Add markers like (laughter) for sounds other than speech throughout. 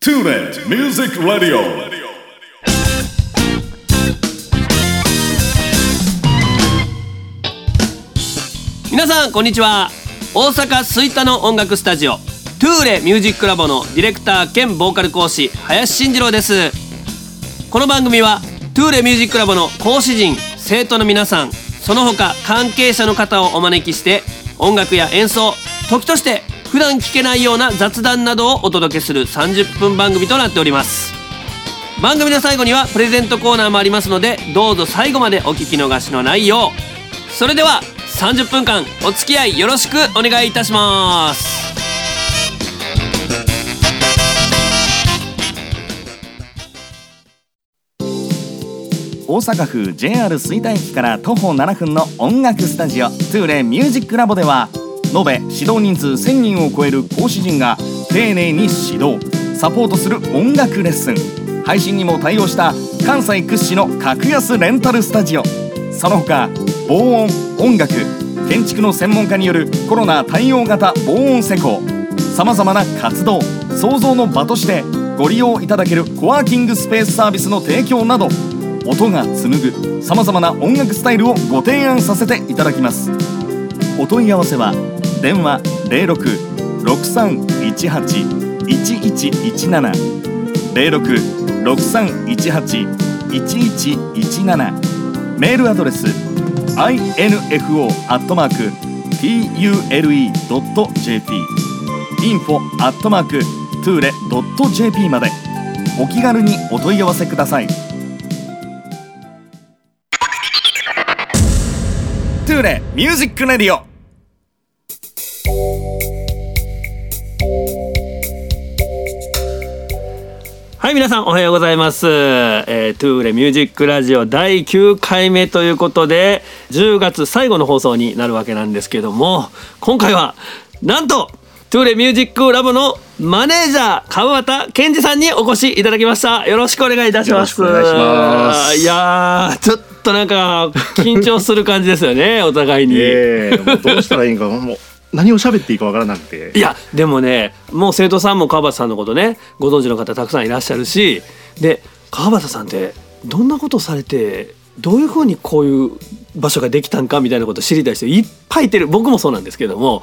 Tune in Music Radio. 皆さんこんにちは大阪吹田の音楽スタジオトゥーレミュージックラボのディレクター兼ボーカル講師林慎二郎ですこの番組はトゥーレミュージックラボの講師陣生徒の皆さんその他関係者の方をお招きして音楽や演奏時として普段聞けないような雑談などをお届けする30分番組となっております番組の最後にはプレゼントコーナーもありますのでどうぞ最後までお聞き逃しのないようそれでは30分間お付き合いよろしくお願いいたします大阪府 JR 吹田駅から徒歩7分の音楽スタジオトゥーレミュージックラボでは延べ指導人数1000人を超える講師陣が丁寧に指導サポートする音楽レッスン配信にも対応した関西屈指の格安レンタルスタジオその他防音音楽建築の専門家によるコロナ対応型防音施工さまざまな活動創造の場としてご利用いただけるコワーキングスペースサービスの提供など音が紡ぐさまざまな音楽スタイルをご提案させていただきますお問い合わせは電話0663181117 0663181117メールアドレス info tule.jp info tule.jp までお気軽にお問い合わせくださいトゥーレミュージックレディオはい皆さんおはようございます、えー、トゥーレミュージックラジオ第9回目ということで10月最後の放送になるわけなんですけども今回はなんとトゥーレミュージックラボのマネージャー川端健二さんにお越しいただきましたよろしくお願いいたしますよろしくお願いしますいやーちょっとなんか緊張する感じですよねお互い (laughs) に、ええもうどうしたらいいんかもう何を喋っていいかわからなくていやでもねもう生徒さんも川端さんのことねご存知の方たくさんいらっしゃるしで川端さんってどんなことされてどういうふうにこういう場所ができたんかみたいなことを知りたい人いっぱいいてる僕もそうなんですけども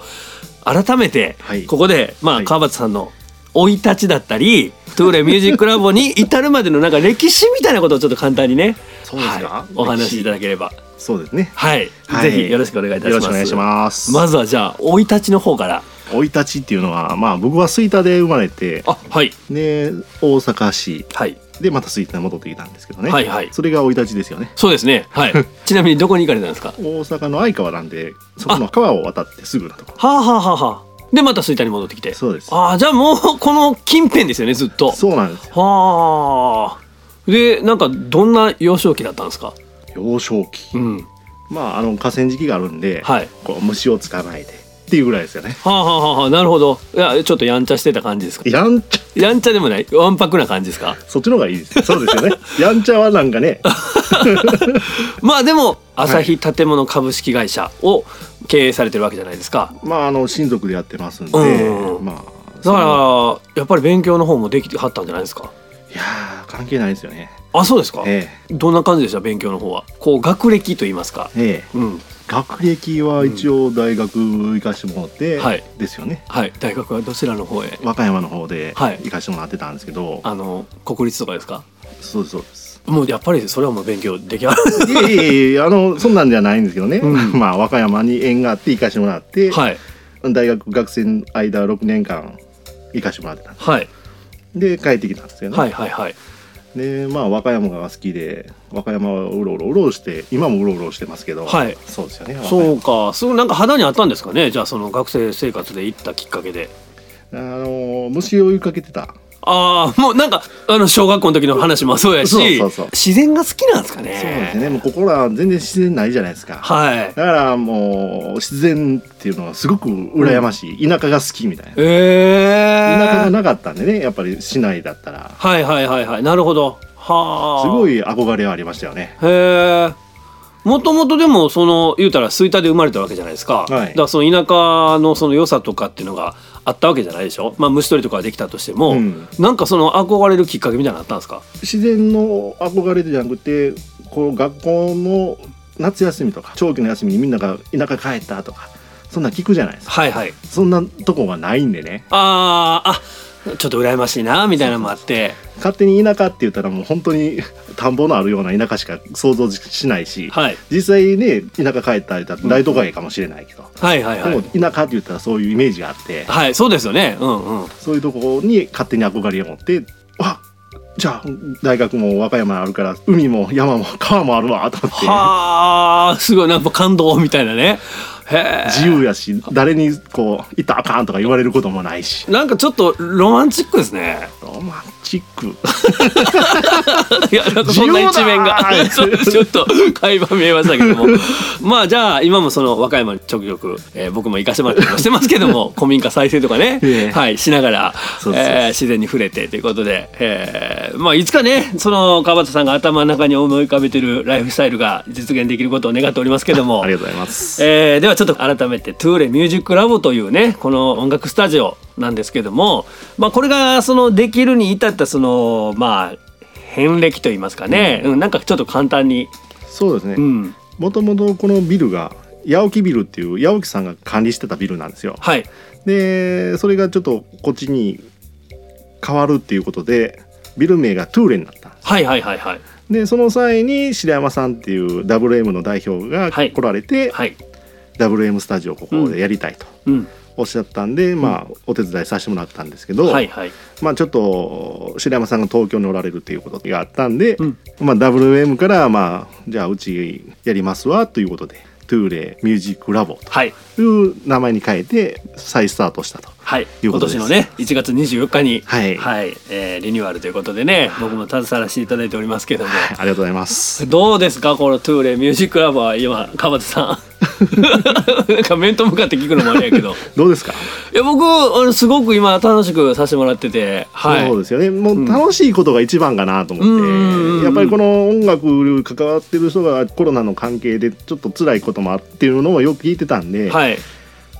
改めてはいここで、まはあ、い川端さんの生い立ちだったりトゥーレミュージックラボに至るまでのなんか歴史みたいなことをちょっと簡単にねそうですかはい、お話しいただければ、そうですねはいはいぜひよろしくお願いいたしまよろす。しくお願いしますまずはじゃあ生い立ちの方から生い立ちっていうのはまあ僕は吹田で生まれてあはいで大阪市はいでまた吹田に戻ってきたんですけどねはいはいそれが生い立ちですよねそうですね。 (laughs) はい。ちなみにどこに行かれたんですか。は大阪の相川なんでそこの川を渡ってすぐのとこあ、はあはあはあ、でまた吹田に戻ってきて。そうですああじゃあもうこの近辺ですよねずっと。そうなんですよはあ。でなんかどんな幼少期だったんですか。幼少期うん。はまああの河川敷があるんで、はいこう虫を捕まえてっていうぐらいですよねあ、はあはあはあ、なるほど。いやちょっとやんちゃしてた感じですか。やんちゃやんちゃでもない。わんぱくな感じですか。そっちの方がいいですそうですよ (laughs) ねやんちゃはなんかねまあでも朝日建物株式会社を経営されてるわけじゃないですか。まああの親族でやってますんで、うんまあだそかのらやっぱり勉強の方もできてはったんじゃないですか。いやー関係ないですよね。あそうですか。えどんな感じでした勉強の方は。こう学歴と言いますか。えええうん。学歴は一応大学行かしてもらって、はいですよね。はい、大学はどちらの方へ和歌山の方ではい行かしてもらってたんですけど、あの国立とかですかそうですそうです。もうやっぱりそれはもう勉強できない (laughs) いえいえい (laughs) えあのそんなんじゃないんですけどね。うんまあ和歌山に縁があって行かしてもらって、はい大学学生の間6年間行かしてもらってたんではいす。で帰ってきたんですよね。はいはいはいでまあ和歌山が好きで和歌山をうろうろうろうろして今もうろうろしてますけど、はいそうですよね。そうかすごいなんか肌にあったんですかねじゃあその学生生活で行ったきっかけであの虫を追いかけてたああもうなんかあの小学校の時の話もそうやしそうそうそう自然が好きなんですかねそうですねもうここら全然自然ないじゃないですか、はいだからもう自然っていうのはすごく羨ましい、田舎が好きみたいなえ田舎がー、なかったんでねやっぱり市内だったらはいはいはいはいなるほどはあすごいい憧れはありましたよねへえもともとでもその言うたら吹田で生まれたわけじゃないですか、はいだからその田舎のその良さとかっていうのがあったわけじゃないでしょ、まあ、虫取りとかはできたとしても、うんなんかその憧れるきっかけみたいなのあったんですか自然の憧れじゃなくてこう学校の夏休みとか長期の休みにみんなが田舎帰ったとかそんなん聞くじゃないですかはいはいそんなとこがないんでねあーあちょっと羨ましいなみたいなのもあって勝手に田舎って言ったらもう本当に (laughs) 田んぼのあるような田舎しか想像しないし、はい実際ね田舎帰ったら大都会かもしれないけど、はいはいはいでも田舎って言ったらそういうイメージがあってはいそうですよねうんうんそういうとこに勝手に憧れを持ってあじゃあ大学も和歌山あるから海も山も川もあるわと思って。はあすごいなんか感動みたいなねへ自由やし誰にこう「いったらあかん」とか言われることもないしえなんかちょっとロマンチックですねロマンチック (laughs) いやなんかそんな一面が (laughs) 自由だーそうちょっと会話見えましたけどもまあじゃあ今もその和歌山にちょくちょく、えー僕も行かせてもらったりもしてますけども古民家再生とかね、 (laughs) ええはい、しながらそうそうそうえー自然に触れてということで、えーまあ、いつかねその川端さんが頭の中に思い浮かべてるライフスタイルが実現できることを願っておりますけども (laughs) ありがとうございますえーではちょっと改めて「トゥーレミュージックラボ」というねこの音楽スタジオなんですけども、まあ、これがそのできるに至ったそのまあ遍歴といいますかね、うんなんかちょっと簡単に、そうですうねん、もともとこのビルが八百木ビルっていう八百木さんが管理してたビルなんですよはいでそれがちょっとこっちに変わるっていうことでビル名がトゥーレになったはいはいはいはいでその際に白山さんっていう WM の代表がはい来られて、はい、 WM スタジオをここでやりたいとうん、おっしゃったんで、まあお手伝いさせてもらったんですけど、はいはいまあ、ちょっと白山さんが東京におられるっていうことがあったんで、うんまあ、WM から、まあ、じゃあうちやりますわということで「トゥーレミュージックラボ」はいという名前に変えて再スタートしたと。はいいう今ことで年のすね1月24日に、はいえーリニューアルということでね僕も携わらせていただいておりますけども。はいありがとうございます。どうですかこのトゥーレミュージックラボは今川端さん (laughs) なんか面と向かって聞くのもあれやけどどうですか、いや僕あのすごく今楽しくさせてもらっててはいそうですよねもう楽しいことが一番かなと思うんうんうんうっんてやっぱりこの音楽に関わってる人がコロナの関係でちょっと辛いこともあっていうのをよく聞いてたんで、はい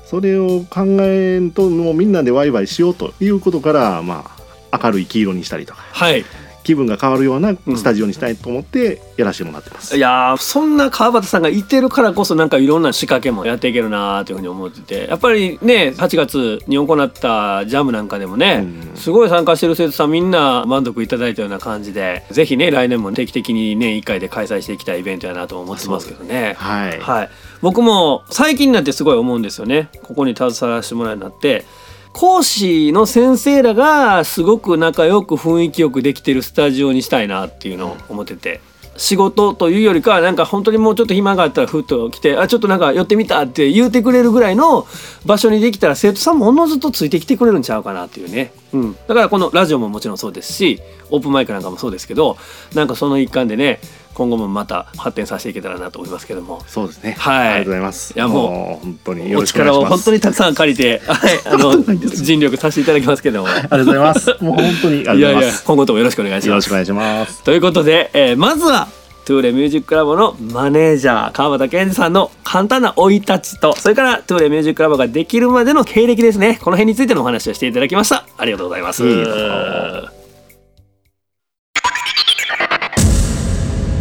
それを考えんともうみんなでワイワイしようということから、まあ、明るい黄色にしたりとかはい気分が変わるようなスタジオにしたいと思ってやらせてもらってます、いやーそんな川端さんがいてるからこそなんかいろんな仕掛けもやっていけるなーというふうに思っててやっぱりね8月に行ったジャムなんかでもね、うんすごい参加してる生徒さんみんな満足いただいたような感じでぜひね来年も定期的に年1回で開催していきたいイベントやなと思ってますけどね。はい、はい、僕も最近になってすごい思うんですよねここに携わらせてもらうようになって講師の先生らがすごく仲良く雰囲気よくできてるスタジオにしたいなっていうのを思ってて仕事というよりかはなんか本当にもうちょっと暇があったらふっと来て「あちょっとなんか寄ってみた」って言うてくれるぐらいの場所にできたら生徒さんもおのずとついてきてくれるんちゃうかなっていうね、うん、だからこのラジオももちろんそうですしオープンマイクなんかもそうですけどなんかその一環でね今後もまた発展させていけたらなと思いますけどもそうですね、はいありがとうございますいやもうう本当によおろしくお願力いしをます本当にたくさん借りて、 (laughs) はい、あの尽力させていただきますけども。ありがとうございますもう本当にありがとうございます今後ともよろしくお願いしよまろしくす。お願いしますということで、えーまずはトゥーレミュージックラボのマネージャー川端健二さんの簡単な生い立ちとそれからトゥーレミュージックラボができるまでの経歴ですねこの辺についてのお話をしていただきましたありがとうございます。いいなは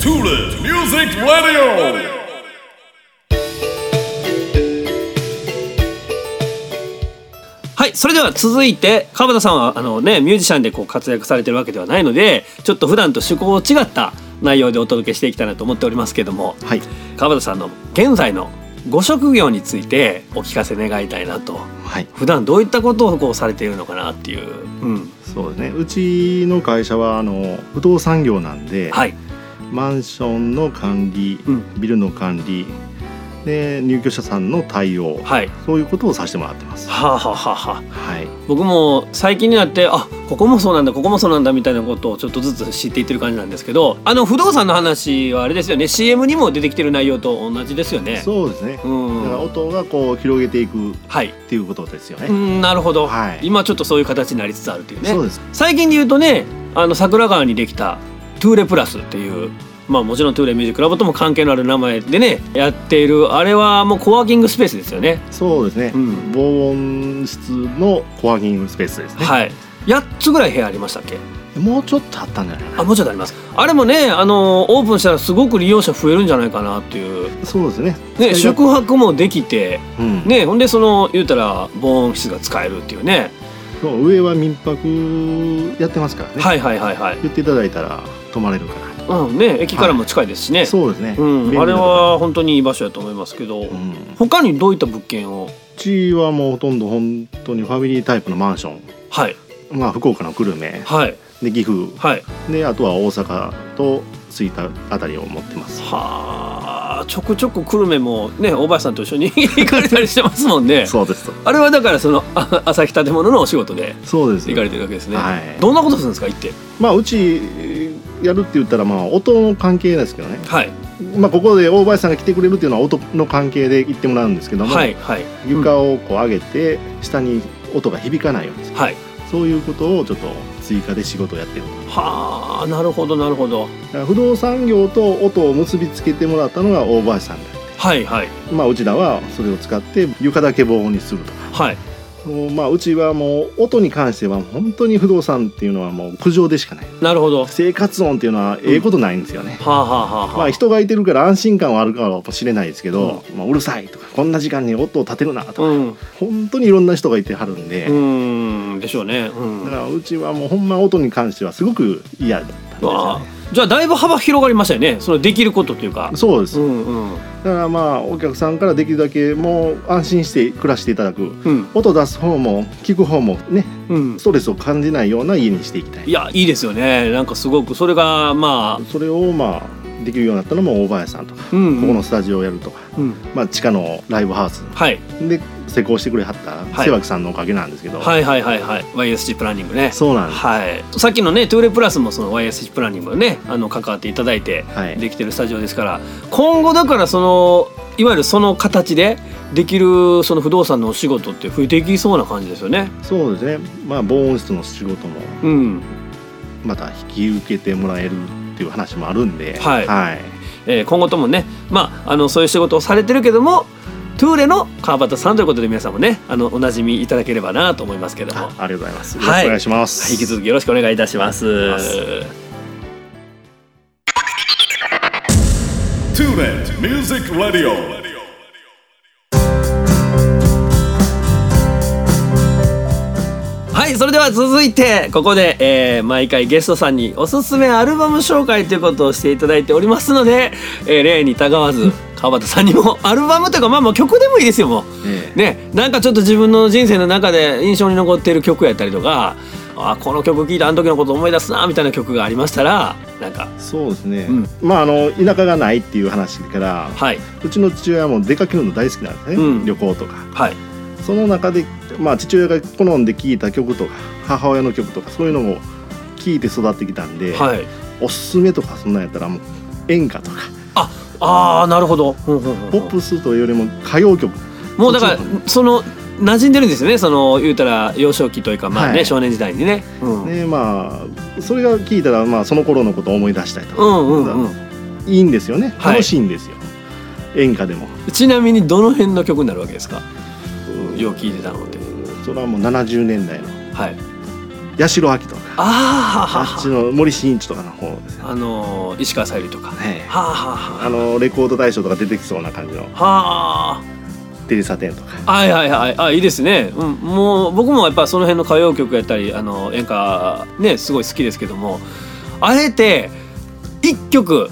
Tulip Music Radio. いそれでは続いて川端さんはあの、ね、ミュージシャンでこう活躍されてるわけではないのでちょっと普段と趣向を違った内容でお届けしていきたいなと思っておりますけどもはい川端さんの現在のご職業についてお聞かせ願いたいなとはい普段どういったことをこうされているのかなっていう、うん、そうですねうちの会社はあの不動産業なんで、はいマンションの管理、うんビルの管理で入居者さんの対応、はいそういうことをさせてもらってます。はあ、はあはあはあ、はい、僕も最近になってあここもそうなんだここもそうなんだみたいなことをちょっとずつ知っていってる感じなんですけどあの不動産の話はあれですよね CM にも出てきてる内容と同じですよね。そうですね。うだからん音がこう広げていくっはい、ていうことですようね。んなるほど、はい今ちょっとそういう形になりつつあるというねそうです。最近で言うとねあの桜川にできたトゥーレプラスっていうまあもちろんトゥーレミュージックラボとも関係のある名前でねやっているあれはもうコワーキングスペースですよねそうですね、うん防音室のコワーキングスペースですね、はい8つぐらい部屋ありましたっけもうちょっとあったんじゃないかあもうちょっとありますあれもねあのオープンしたらすごく利用者増えるんじゃないかなっていうなそうですねねそれが宿泊もできてうんねほんでその言うたら防音室が使えるっていうねそう上は民泊やってますからね、はいはいはいはい言っていただいたら泊まれるかなうんね駅からも近いですしね、とそうですね、う便利ん、なあれは本当にいい場所だと思いますけど、うん他にどういった物件をうちはもうほとんど本当にファミリータイプのマンションはいまあ福岡の久留米はいで岐阜はいであとは大阪と吹田あたりを持ってますはあちょくちょく久留米もね大林さんと一緒に (laughs) 行かれたりしてますもんね (laughs) そうですあれはだからそのあ朝日建物のお仕事でそうです行かれてるわけですね、はいどんなことするんですか行ってまあうちやるって言ったらまあ音の関係ですけどね、はいまあ、ここで大林さんが来てくれるっていうのは音の関係で行ってもらうんですけども、はいはい床をこう上げて下に音が響かないようにするはいそういうことをちょっと追加で仕事をやってるはあなるほどなるほどだから不動産業と音を結びつけてもらったのが大林さんではいはいまあうちらはそれを使って床だけ防音にするとかはいもうまあうちはもう音に関しては本当に不動産っていうのはもう苦情でしかないなるほどは生活音っていうのはええことないんですよね、あ、はあはあはあ、まあ人がいてるから安心感はあるかもしれないですけど、うまあ、うるさいとかこんな時間に音を立てるなとか、うん本当にいろんな人がいてはるんで、うんでしょうねうんだからうちはもうほんま音に関してはすごく嫌だったんですよあねーじゃあだいぶ幅広がりましたよねそのできることというかそうです、うんうんだからまあお客さんからできるだけもう安心して暮らしていただくうん音出す方も聞く方もねうんストレスを感じないような家にしていきたいいやいいですよねなんかすごくそれがまあそれをまあできるようになったのも大林さんとか、うんうんここのスタジオをやるとか、うんまあ、地下のライブハウスはいで施工してくれはっはたい瀬脇さんのおかげなんですけど、はいはいはいはい YSC プランニングねそうなんです、はいさっきのねトゥーレプラスもその YSC プランニングねあの関わっていただいてはいできてるスタジオですから今後だからそのいわゆるその形でできるその不動産のお仕事って増えていきそうな感じですよねそうですね、まあ、防音室の仕事もうんまた引き受けてもらえるっていう話もあるんで、はいえー今後ともね、まあ、あのそういう仕事をされてるけどもトゥーレの川端さんということで皆さんもねあのお馴染みいただければなと思いますけども、あありがとうございます、はいよろしくお願いしまはいす、引き続きよろしくお願いいたします。 TuneIn Music Radio. はいそれでは続いてここで、えー毎回ゲストさんにおすすめアルバム紹介ということをしていただいておりますので、えー例にたがわず川端さんにもアルバムというかまあもう曲でもいいですよもう。ええね、なんかちょっと自分の人生の中で印象に残っている曲やったりとかあこの曲聴いたあの時のこと思い出すなみたいな曲がありましたらなんかそうですね、うんまああの田舎がないっていう話からはいうちの父親も出かけるの大好きなんですね、うん旅行とかはいその中で、まあ、父親が好んで聴いた曲とか母親の曲とかそういうのも聴いて育ってきたんで、はいおすすめとかそんなんやったらもう演歌とかああなるほど、うんうんうんポップスというよりも歌謡曲もうだからそっちその馴染んでるんですよねその言うたら幼少期というかまあね、はい少年時代にね,、うん、ねまあそれが聴いたら、まあ、その頃のことを思い出したりとうか、んうんうんいいんですよねはい楽しいんですよ、演歌でもちなみにどの辺の曲になるわけですかよう聴いてたのってそれはもう70年代のはい八代亜紀とかあっちあの森進一とかの方ですあよあのー石川さゆりとかはねあはああはのレコード大賞とか出てきそうな感じのあはあテレサテンとかはいはいはいあいいですね、うん、もう僕もやっぱその辺の歌謡曲やったりあの演歌ねすごい好きですけどもあえて一曲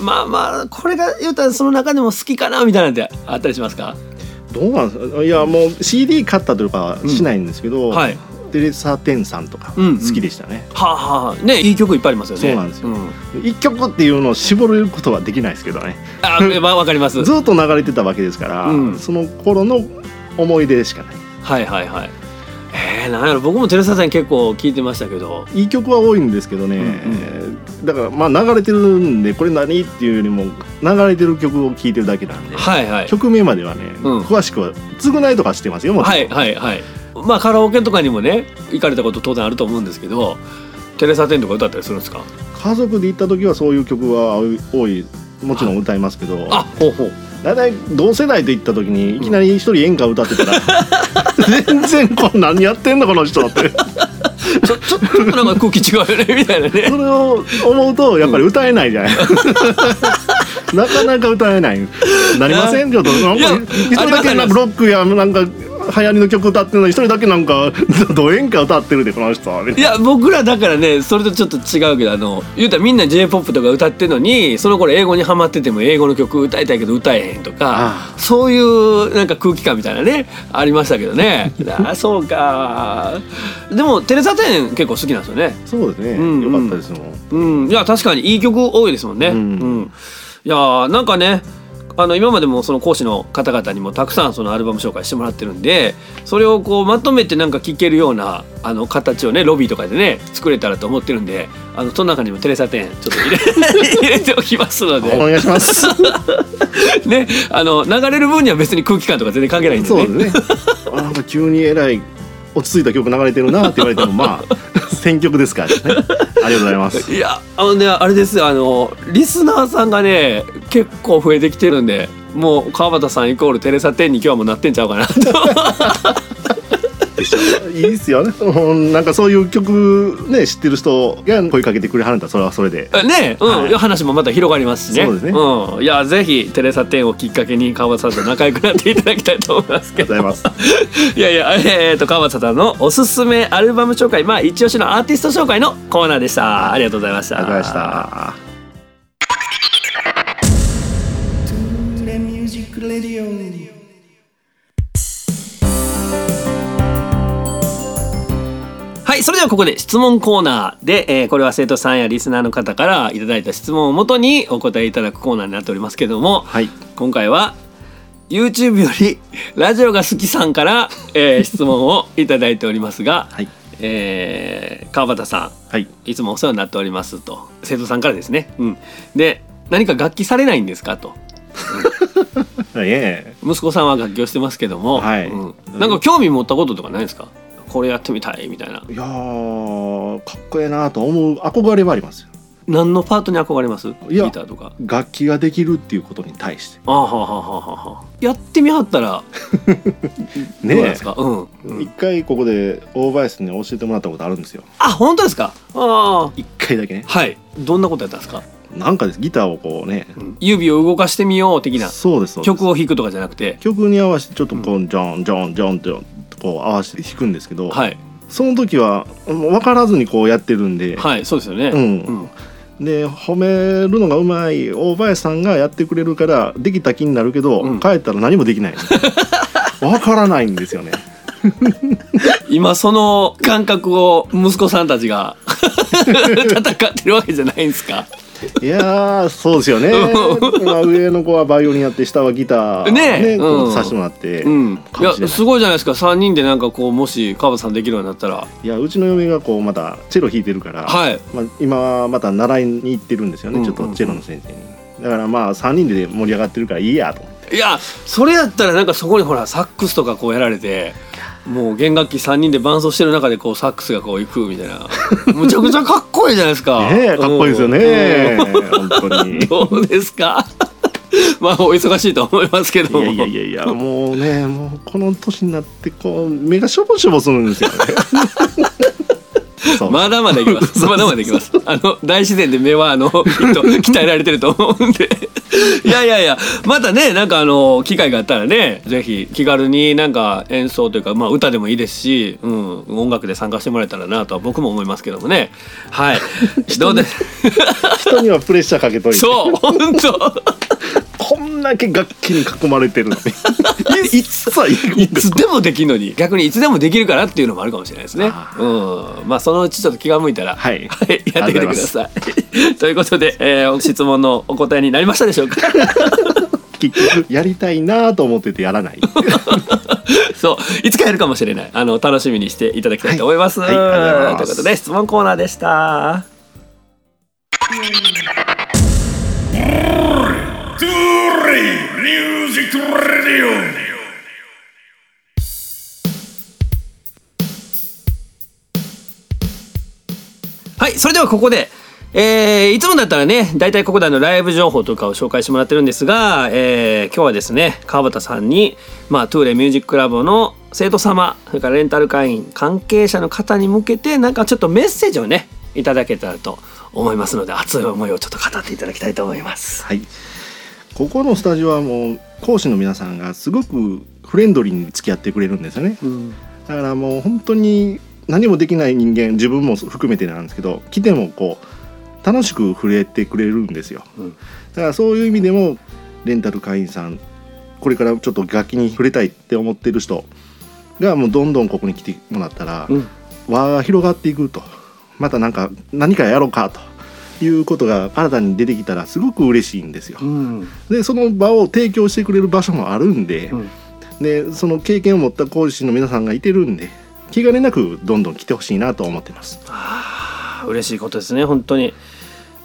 まあまあこれが言うたらその中でも好きかなみたいなんてあったりしますかどうなんですかいやもう CD 買ったというかはしないんですけど、はいテレサテンさんとかうんうん好きでしたね、はあはあねいい曲いっぱいありますよねそうなんですよん一曲っていうのを絞ることはできないですけどねあわ、わかりますずっと流れてたわけですから、うんその頃の思い出しかないはいはいはいえー、なんやろ僕もテレサさん結構聞いてましたけどいい曲は多いんですけどね、うんうんえーだからまあ流れてるんでこれ何っていうよりも流れてる曲を聴いてるだけなんで、はいはい曲名まではね、うん詳しくは償いとかしてますよもちろんはいはいはいまあカラオケとかにもね行かれたこと当然あると思うんですけどテレサテンとか歌ったりするんですか家族で行った時はそういう曲は多いもちろん歌いますけどあほうほう大体同世代で行った時にいきなり一人演歌歌ってたら全然これ何やってんのこの人ってちょちょちょっとなんか空気違うよね (laughs) みたいなねそれを思うとやっぱり歌えないじゃない、なかなか歌えないなりませんちょっとなんいやか一人だけあなりますありますんかロックやなんか流行りの曲歌ってるのに一人だけなんかど演歌歌ってるでこの人はみたいいや僕らだからねそれとちょっと違うけどあの言うたらみんな j p o p とか歌ってんのにその頃英語にハマってても英語の曲歌いたいけど歌えへんとかあそういうなんか空気感みたいなねありましたけど (laughs) ねあそうかでもテレサテン結構好きなんですよねなそうですね、うんうんよかったですもんうんいや確かにいい曲多いですもんねうん、んいやーなんかねあの今までもその講師の方々にもたくさんそのアルバム紹介してもらってるんでそれをこうまとめてなんか聴けるようなあの形をねロビーとかでね作れたらと思ってるんであのその中にもテレサテンちょっと (laughs) 入れ入れておきますのおで願いしますねあの流れる分には別に空気感とか全然関係ないんでそねうですねあなんか急にえらい落ち着いた曲流れてるなって言われてもまあ (laughs) 選曲ですからねありがとうございますいやあのねあれですよあのリスナーさんがね結構増えてきてるんでもう川端さんイコールテレサテンに今日はもうなってんちゃうかなといいですよねうんなんかそういう曲ね知ってる人が声かけてくれはるんだそれはそれでねうん、はい話もまた広がりますしねそうですねうん、いやぜひテレサテンをきっかけに川端さんと仲良くなっていただきたいと思いますけどご (laughs) ざい (laughs) ますいやいやえー、と川端さんのおすすめアルバム紹介まあ一押しのアーティスト紹介のコーナーでしたありがとうございましたありがとうございました。はい、それではここで質問コーナーで、えーこれは生徒さんやリスナーの方からいただいた質問をもとにお答えいただくコーナーになっておりますけれども、はい、今回は YouTube よりラジオが好きさんから、え (laughs) ー質問をいただいておりますが、はい、えー川端さはい。んいつもお世話になっておりますと生徒さんからですね。うん、で何か楽器されないんですかとえ息子さんは楽器をしてますけども、はいうん、なんか興味持ったこととかないですかこれやってみたいみたいなえいやー、かっこええなと思う憧れはありますよ。何のパートに憧れますいギやターとか楽器ができるっていうことに対して。あはははははやってみはったらどうなんですか、うん、うん一回ここで大林に教えてもらったことあるんですよ。あ本当ですかあ一回だけねあ。はいどんなことやったんですか、なんかです、ギターをこうね。うん指を動かしてみよう的なそうです。そうです曲を弾くとかじゃなくて曲に合わせてちょっとこう、ジョンジョンジョンってこう合わせて弾くんですけど、はいその時はもう分からずにこうやってるんで、はいそうですよね、うんうん、で褒めるのがうまい大林さんがやってくれるからできた気になるけど、うん帰ったら何も (laughs) できないわからないんですよね今その感覚を息子さんたちが (laughs) 戦ってるわけじゃないんですかいやーそうですよ (laughs) ねまあ上の子はバイオリンやって下はギターをねえこうんうさしてもらって、ううんいやすごいじゃないですか3人でなんかこうもし川端さんできるようになったらいやうちの嫁がこうまたチェロ弾いてるから、はいまあ、今また習いに行ってるんですよね、うんうんうんちょっとチェロの先生にだからまあ3人で盛り上がってるからいいやと思っていやそれやったらなんかそこにほらサックスとかこうやられてもう弦楽器3人で伴奏してる中でこうサックスがこう行くみたいなむちゃくちゃかっこいいじゃないですか。 (laughs) ねえかっこいいですよね本当うにん。どうですか (laughs) まあお忙しいと思いますけいどもやいやいやいやもうねもうこの年になってこう目がしょぼしょぼするんで (laughs) すよねそう、まだまだいきます。まだまだいきます。あの大自然で目はあの (laughs) きっと鍛えられてると思うんで。いやいやいや、またね、なんかあの機会があったらね、ぜひ気軽になんか演奏というか、まあ歌でもいいですし、うん、音楽で参加してもらえたらなとは僕も思いますけどもね。はい。 (laughs) どうで、人にはプレッシャーかけといて (laughs) そう、本当。こんだけ楽器に囲まれてるのにいいつはいいつでもできるのに逆にいつでもできるからっていうのもあるかもしれないですね。うん、まあそのうちちょっと気が向いたら、はい (laughs) やってみてください。ということで、えー質問のお答えになりましたでしょう (laughs) か。結局やりたいなと思っててやらないそういつかやるかもしれないあの楽しみにしていただきたいと思います。はいはいありがとうございまとすいうことで質問コーナーでした。 Tory Music Radio. はいそれではここでえーいつもだったらね大体ここであのライブ情報とかを紹介してもらってるんですが、えー今日はですね川端さんに、まあ、トゥーレミュージッククラブの生徒様それからレンタル会員関係者の方に向けてなんかちょっとメッセージをねいただけたらと思いますので熱い思いをちょっと語っていただきたいと思います。はい、ここのスタジオはもう講師の皆さんがすごくフレンドリーに付き合ってくれるんですよねだからもう本当に何もできない人間自分も含めてなんですけど来てもこう楽しく触れてくれるんですよ、うんだからそういう意味でもレンタル会員さんこれからちょっと楽器に触れたいって思ってる人がもうどんどんここに来てもらったら、うん輪が広がっていくとまたなんか何かやろうかということが新たに出てきたらすごく嬉しいんですよ。うんでその場を提供してくれる場所もあるんで,、うんでその経験を持った講師の皆さんがいてるんで気兼ねなくどんどん来てほしいなと思ってます。嬉しいことですね本当に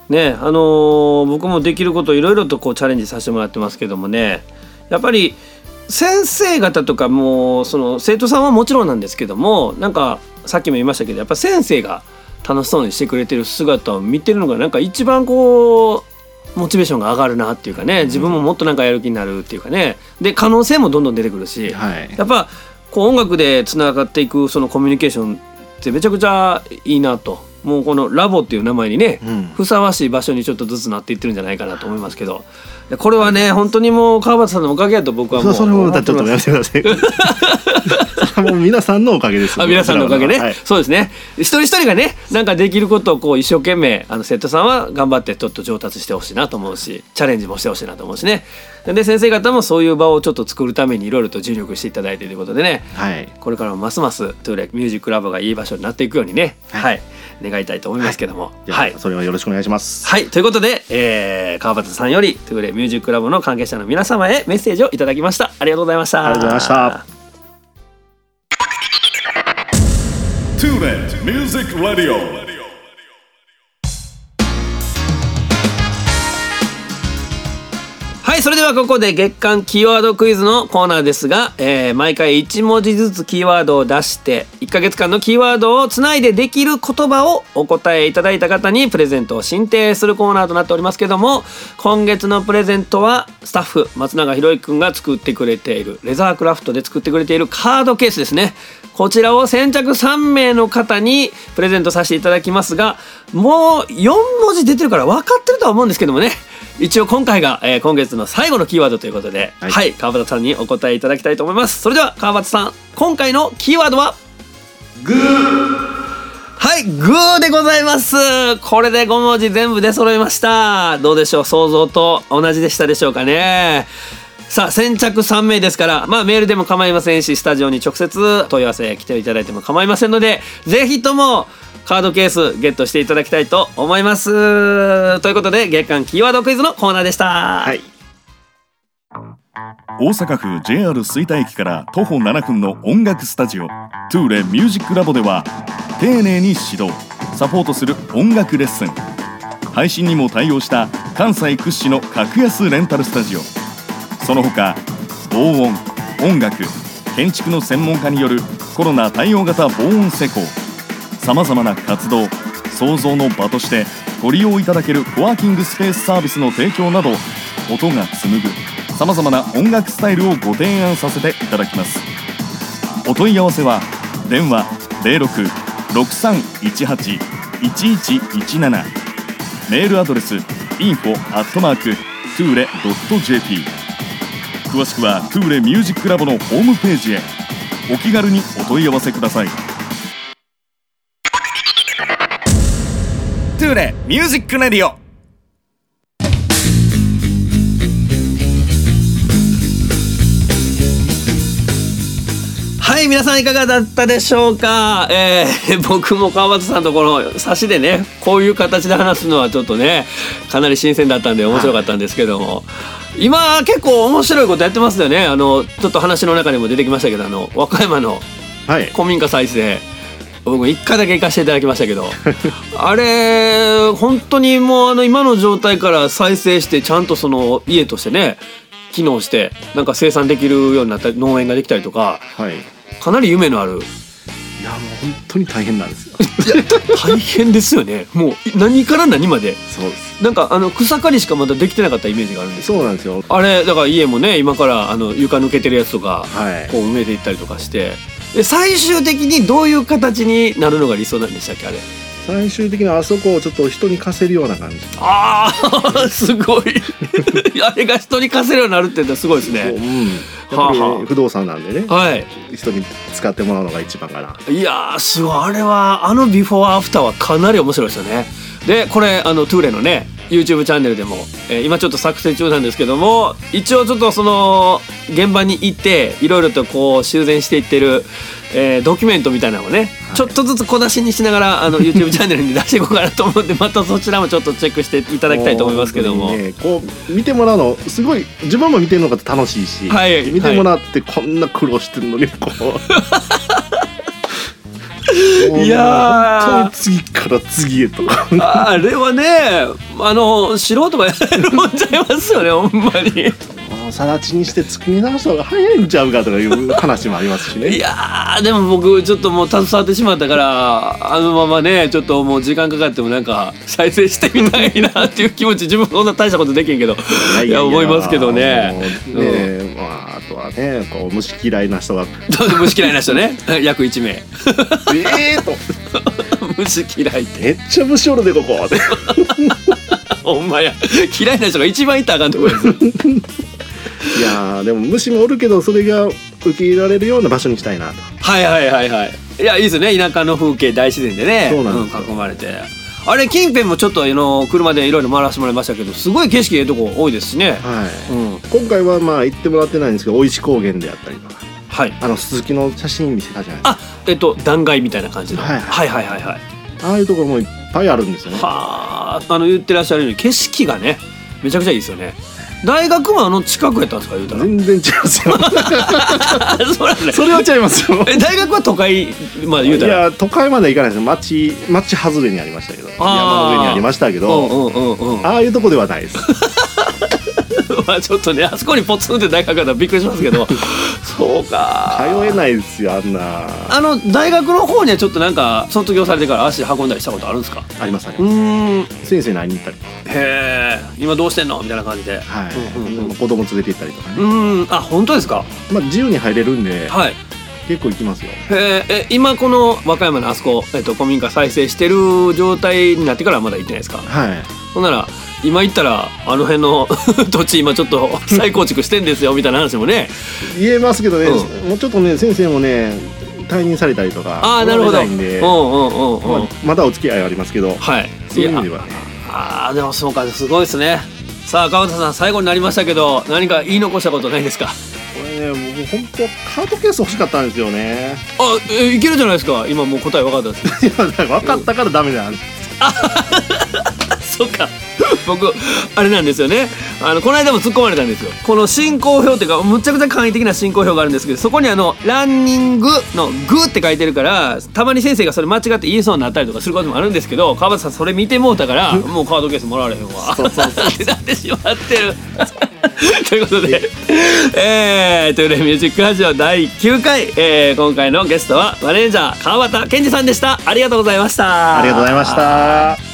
ねあのー僕もできることいろいろとこうチャレンジさせてもらってますけどもねやっぱり先生方とかもその生徒さんはもちろんなんですけどもなんかさっきも言いましたけどやっぱ先生が楽しそうにしてくれてる姿を見てるのがなんか一番こうモチベーションが上がるなっていうかね自分ももっとなんかやる気になるっていうかねで可能性もどんどん出てくるし、はい、やっぱこう音楽でつながっていくそのコミュニケーションってめちゃくちゃいいなともうこのラボっていう名前にね、うんふさわしい場所にちょっとずつなっていってるんじゃないかなと思いますけどいやこれはね本当にもう川端さんのおかげやと僕はもそうそれもまたちょっとやめてください。 (laughs) それはもう皆さんのおかげです。あ皆さんのおかげね、はいそうですね一人一人がねなんかできることをこう一生懸命あの生徒さんは頑張ってちょっと上達してほしいなと思うしチャレンジもしてほしいなと思うしねで先生方もそういう場をちょっと作るためにいろいろと尽力していただいてということでねはいこれからもますますトゥーレミュージックラボがいい場所になっていくようにね、はい、願いたいと思いますけども。じゃあはい、それはよろしくお願いします。はい、ということで、えー、川端さんよりトゥーレミュージックラボの関係者の皆様へメッセージをいただきました。ありがとうございました。ありがとうございました。 TuneIn Music Radio. はい、それではここで月間キーワードクイズのコーナーですが、えー毎回1文字ずつキーワードを出して、1ヶ月間のキーワードをつないでできる言葉をお答えいただいた方にプレゼントを進呈するコーナーとなっておりますけども、今月のプレゼントはスタッフ、松永博之くんが作ってくれている、レザークラフトで作ってくれているカードケースですね。こちらを先着3名の方にプレゼントさせていただきますが、もう4文字出てるから分かってるとは思うんですけどもね。一応今回が、えー今月の最後のキーワードということで、は、はいい川端さんにお答えいただきたいと思います。それでは川端さん、今回のキーワードははい、グーでございます。これで5文字全部出揃いました。どうでしょう、想像と同じでしたでしょうかね。さあ先着3名ですから、まあ、メールでも構いませんしスタジオに直接問い合わせ来ていただいても構いませんのでぜひともカードケースゲットしていただきたいと思います。ということで月間キーワードクイズのコーナーでした。はい、大阪府 JR 吹田駅から徒歩7分の音楽スタジオトゥーレミュージックラボでは丁寧に指導サポートする音楽レッスン配信にも対応した関西屈指の格安レンタルスタジオその他防音音楽建築の専門家によるコロナ対応型防音施工さまざまな活動創造の場としてご利用いただけるコワーキングスペースサービスの提供など音が紡ぐさまざまな音楽スタイルをご提案させていただきますお問い合わせは電話0663181117メールアドレス info at mark tule.jp 詳しくは Tule ミュージックラボのホームページへお気軽にお問い合わせくださいトゥーレミュージックレディオはい皆さんいかがだったでしょうか、えー (laughs) 僕も川端さんとこの差しでねこういう形で話すのはちょっとねかなり新鮮だったんで面白かったんですけども、今結構面白いことやってますよねあのちょっと話の中にも出てきましたけどあの和歌山のはい、古民家再生僕一回だけ行かせていただきましたけどあれ本当にもうあの今の状態から再生してちゃんとその家としてね機能してなんか生産できるようになったり農園ができたりとかはい、いかなり夢のあるやもう本当に大変なん (laughs) ですよ大変ですよねもうい何から何までそうですなんかあの草刈りしかまだできてなかったイメージがあるんですよそうなんですよあれだから家もね今からあの床抜けてるやつとかはいこう埋めていったりとかしてで最終的にどういう形になるのが理想なんでしたっけあれ最終的にあそこをちょっと人に貸せるような感じあーすごい (laughs) あれが人に貸せるようになるってのはすごいですうねん、やっぱはあはあり不動産なんでね、はい人に使ってもらうのが一番かないやーすごいあれはあのビフォーアフターはかなり面白いですよねでこれあのトゥーレのね YouTube チャンネルでも、えー今ちょっと作成中なんですけども一応ちょっとその現場に行っていろいろとこう修繕していってる、えードキュメントみたいなのをね、ちょっとずつ小出しにしながらあの YouTube チャンネルに出していこうかなと思うんでまたそちらもちょっとチェックしていただきたいと思いますけども。う本当にね、こう見てもらうのすごい自分も見てるのが楽しいし、はい見てもらってこんな苦労してるのにこう (laughs) いやーもう本当に次から次へとかああれはねあの素人がやるもんちゃいますよねほんまに。もうさら地にして作り直した方が早いんちゃうかとかいう話もありますしいねやーでも僕ちょっともう携わってしまったからあのままねちょっともう時間かかってもなんか再生してみたいなっていう気持ち自分そんな大したことできんけどいいや思いますけどねもうねまああとはねこう虫嫌いな人がちょっと虫嫌いな人ね (laughs) 約1名「ええ!」と虫嫌いって「めっちゃ虫おるでここ」ってほんまや嫌いな人が一番いたらあかんとこですいやーでも虫もおるけどそれが受け入れられるような場所にしたいなとはいはいはいはいいやいいですね田舎の風景大自然でねそうなんですよ囲まれてあれ近辺もちょっとあの車でいろいろ回らせてもらいましたけどすごい景色ええとこ多いですしね、はい、うん、今回はまあ行ってもらってないんですけど大石高原であったりとかはいあの鈴木の写真見せたじゃないであえっと断崖みたいな感じの、は、はいいはいはいはいはいすかああいうところもいっぱいあるんですよねはああの言ってらっしゃるように景色がねめちゃくちゃいいですよね大学もあの近くやったんですか言うたら全然違いますよあ (laughs) そうなんだそれは (laughs) 違いますよえ大学は都会まあ言ういたらや都会までは行かないですよ町町外れにありましたけど山あーの上にありましたけうど、んうんうんうん (laughs) ああいうとこではないですまあちょっとねあそこにポツンって大学だったらびっくりしますけどそうか通えないですよあんなあの大学の方にはちょっとなんか卒業されてから足運んだりしたことあるんですかありますありうまーんへす先生に会いに行ったりえ今どうしてんのみたいな感じではい、うんうんうん子供連れて行ったりとかね、うんあ本当ですかまあ自由に入れるんではい結構行きますよえーえ今この和歌山のあそこ、えっと古民家再生してる状態になってからはまだ行ってないですかはいほんなら今行ったらあの辺の (laughs) 土地今ちょっと (laughs) 再構築してんですよみたいな話もね言えますけどね、うもうちょっとね先生もね退任されたりとかああなるほどおうらんうれないんんうんうで、ん、まあ、まだお付き合いはありますけどはいそういう意味ではねああーでもそうかすごいですねさあ川田さん最後になりましたけど何か言い残したことないですかこれね僕本当カードケース欲しかったんですよね (laughs) あ、えいけるじゃないですか今もう答え分かったんですいやだから分かったからダメなんで (laughs) すそうか僕あれなんですよねあのこの間も突っ込まれたんですよこの進行表っていうかむちゃくちゃ簡易的な進行表があるんですけどそこにあの「ランニング」の「グ」って書いてるからたまに先生がそれ間違って言いそうになったりとかすることもあるんですけど川端さんそれ見てもうたからもうカードケースもらわれへんわそうそうそう (laughs) なってしまってるということでえー、ということで「ミュージックラジオ」第9回、えー今回のゲストはマネージャー川端健二さんでしたありがとうございましたありがとうございました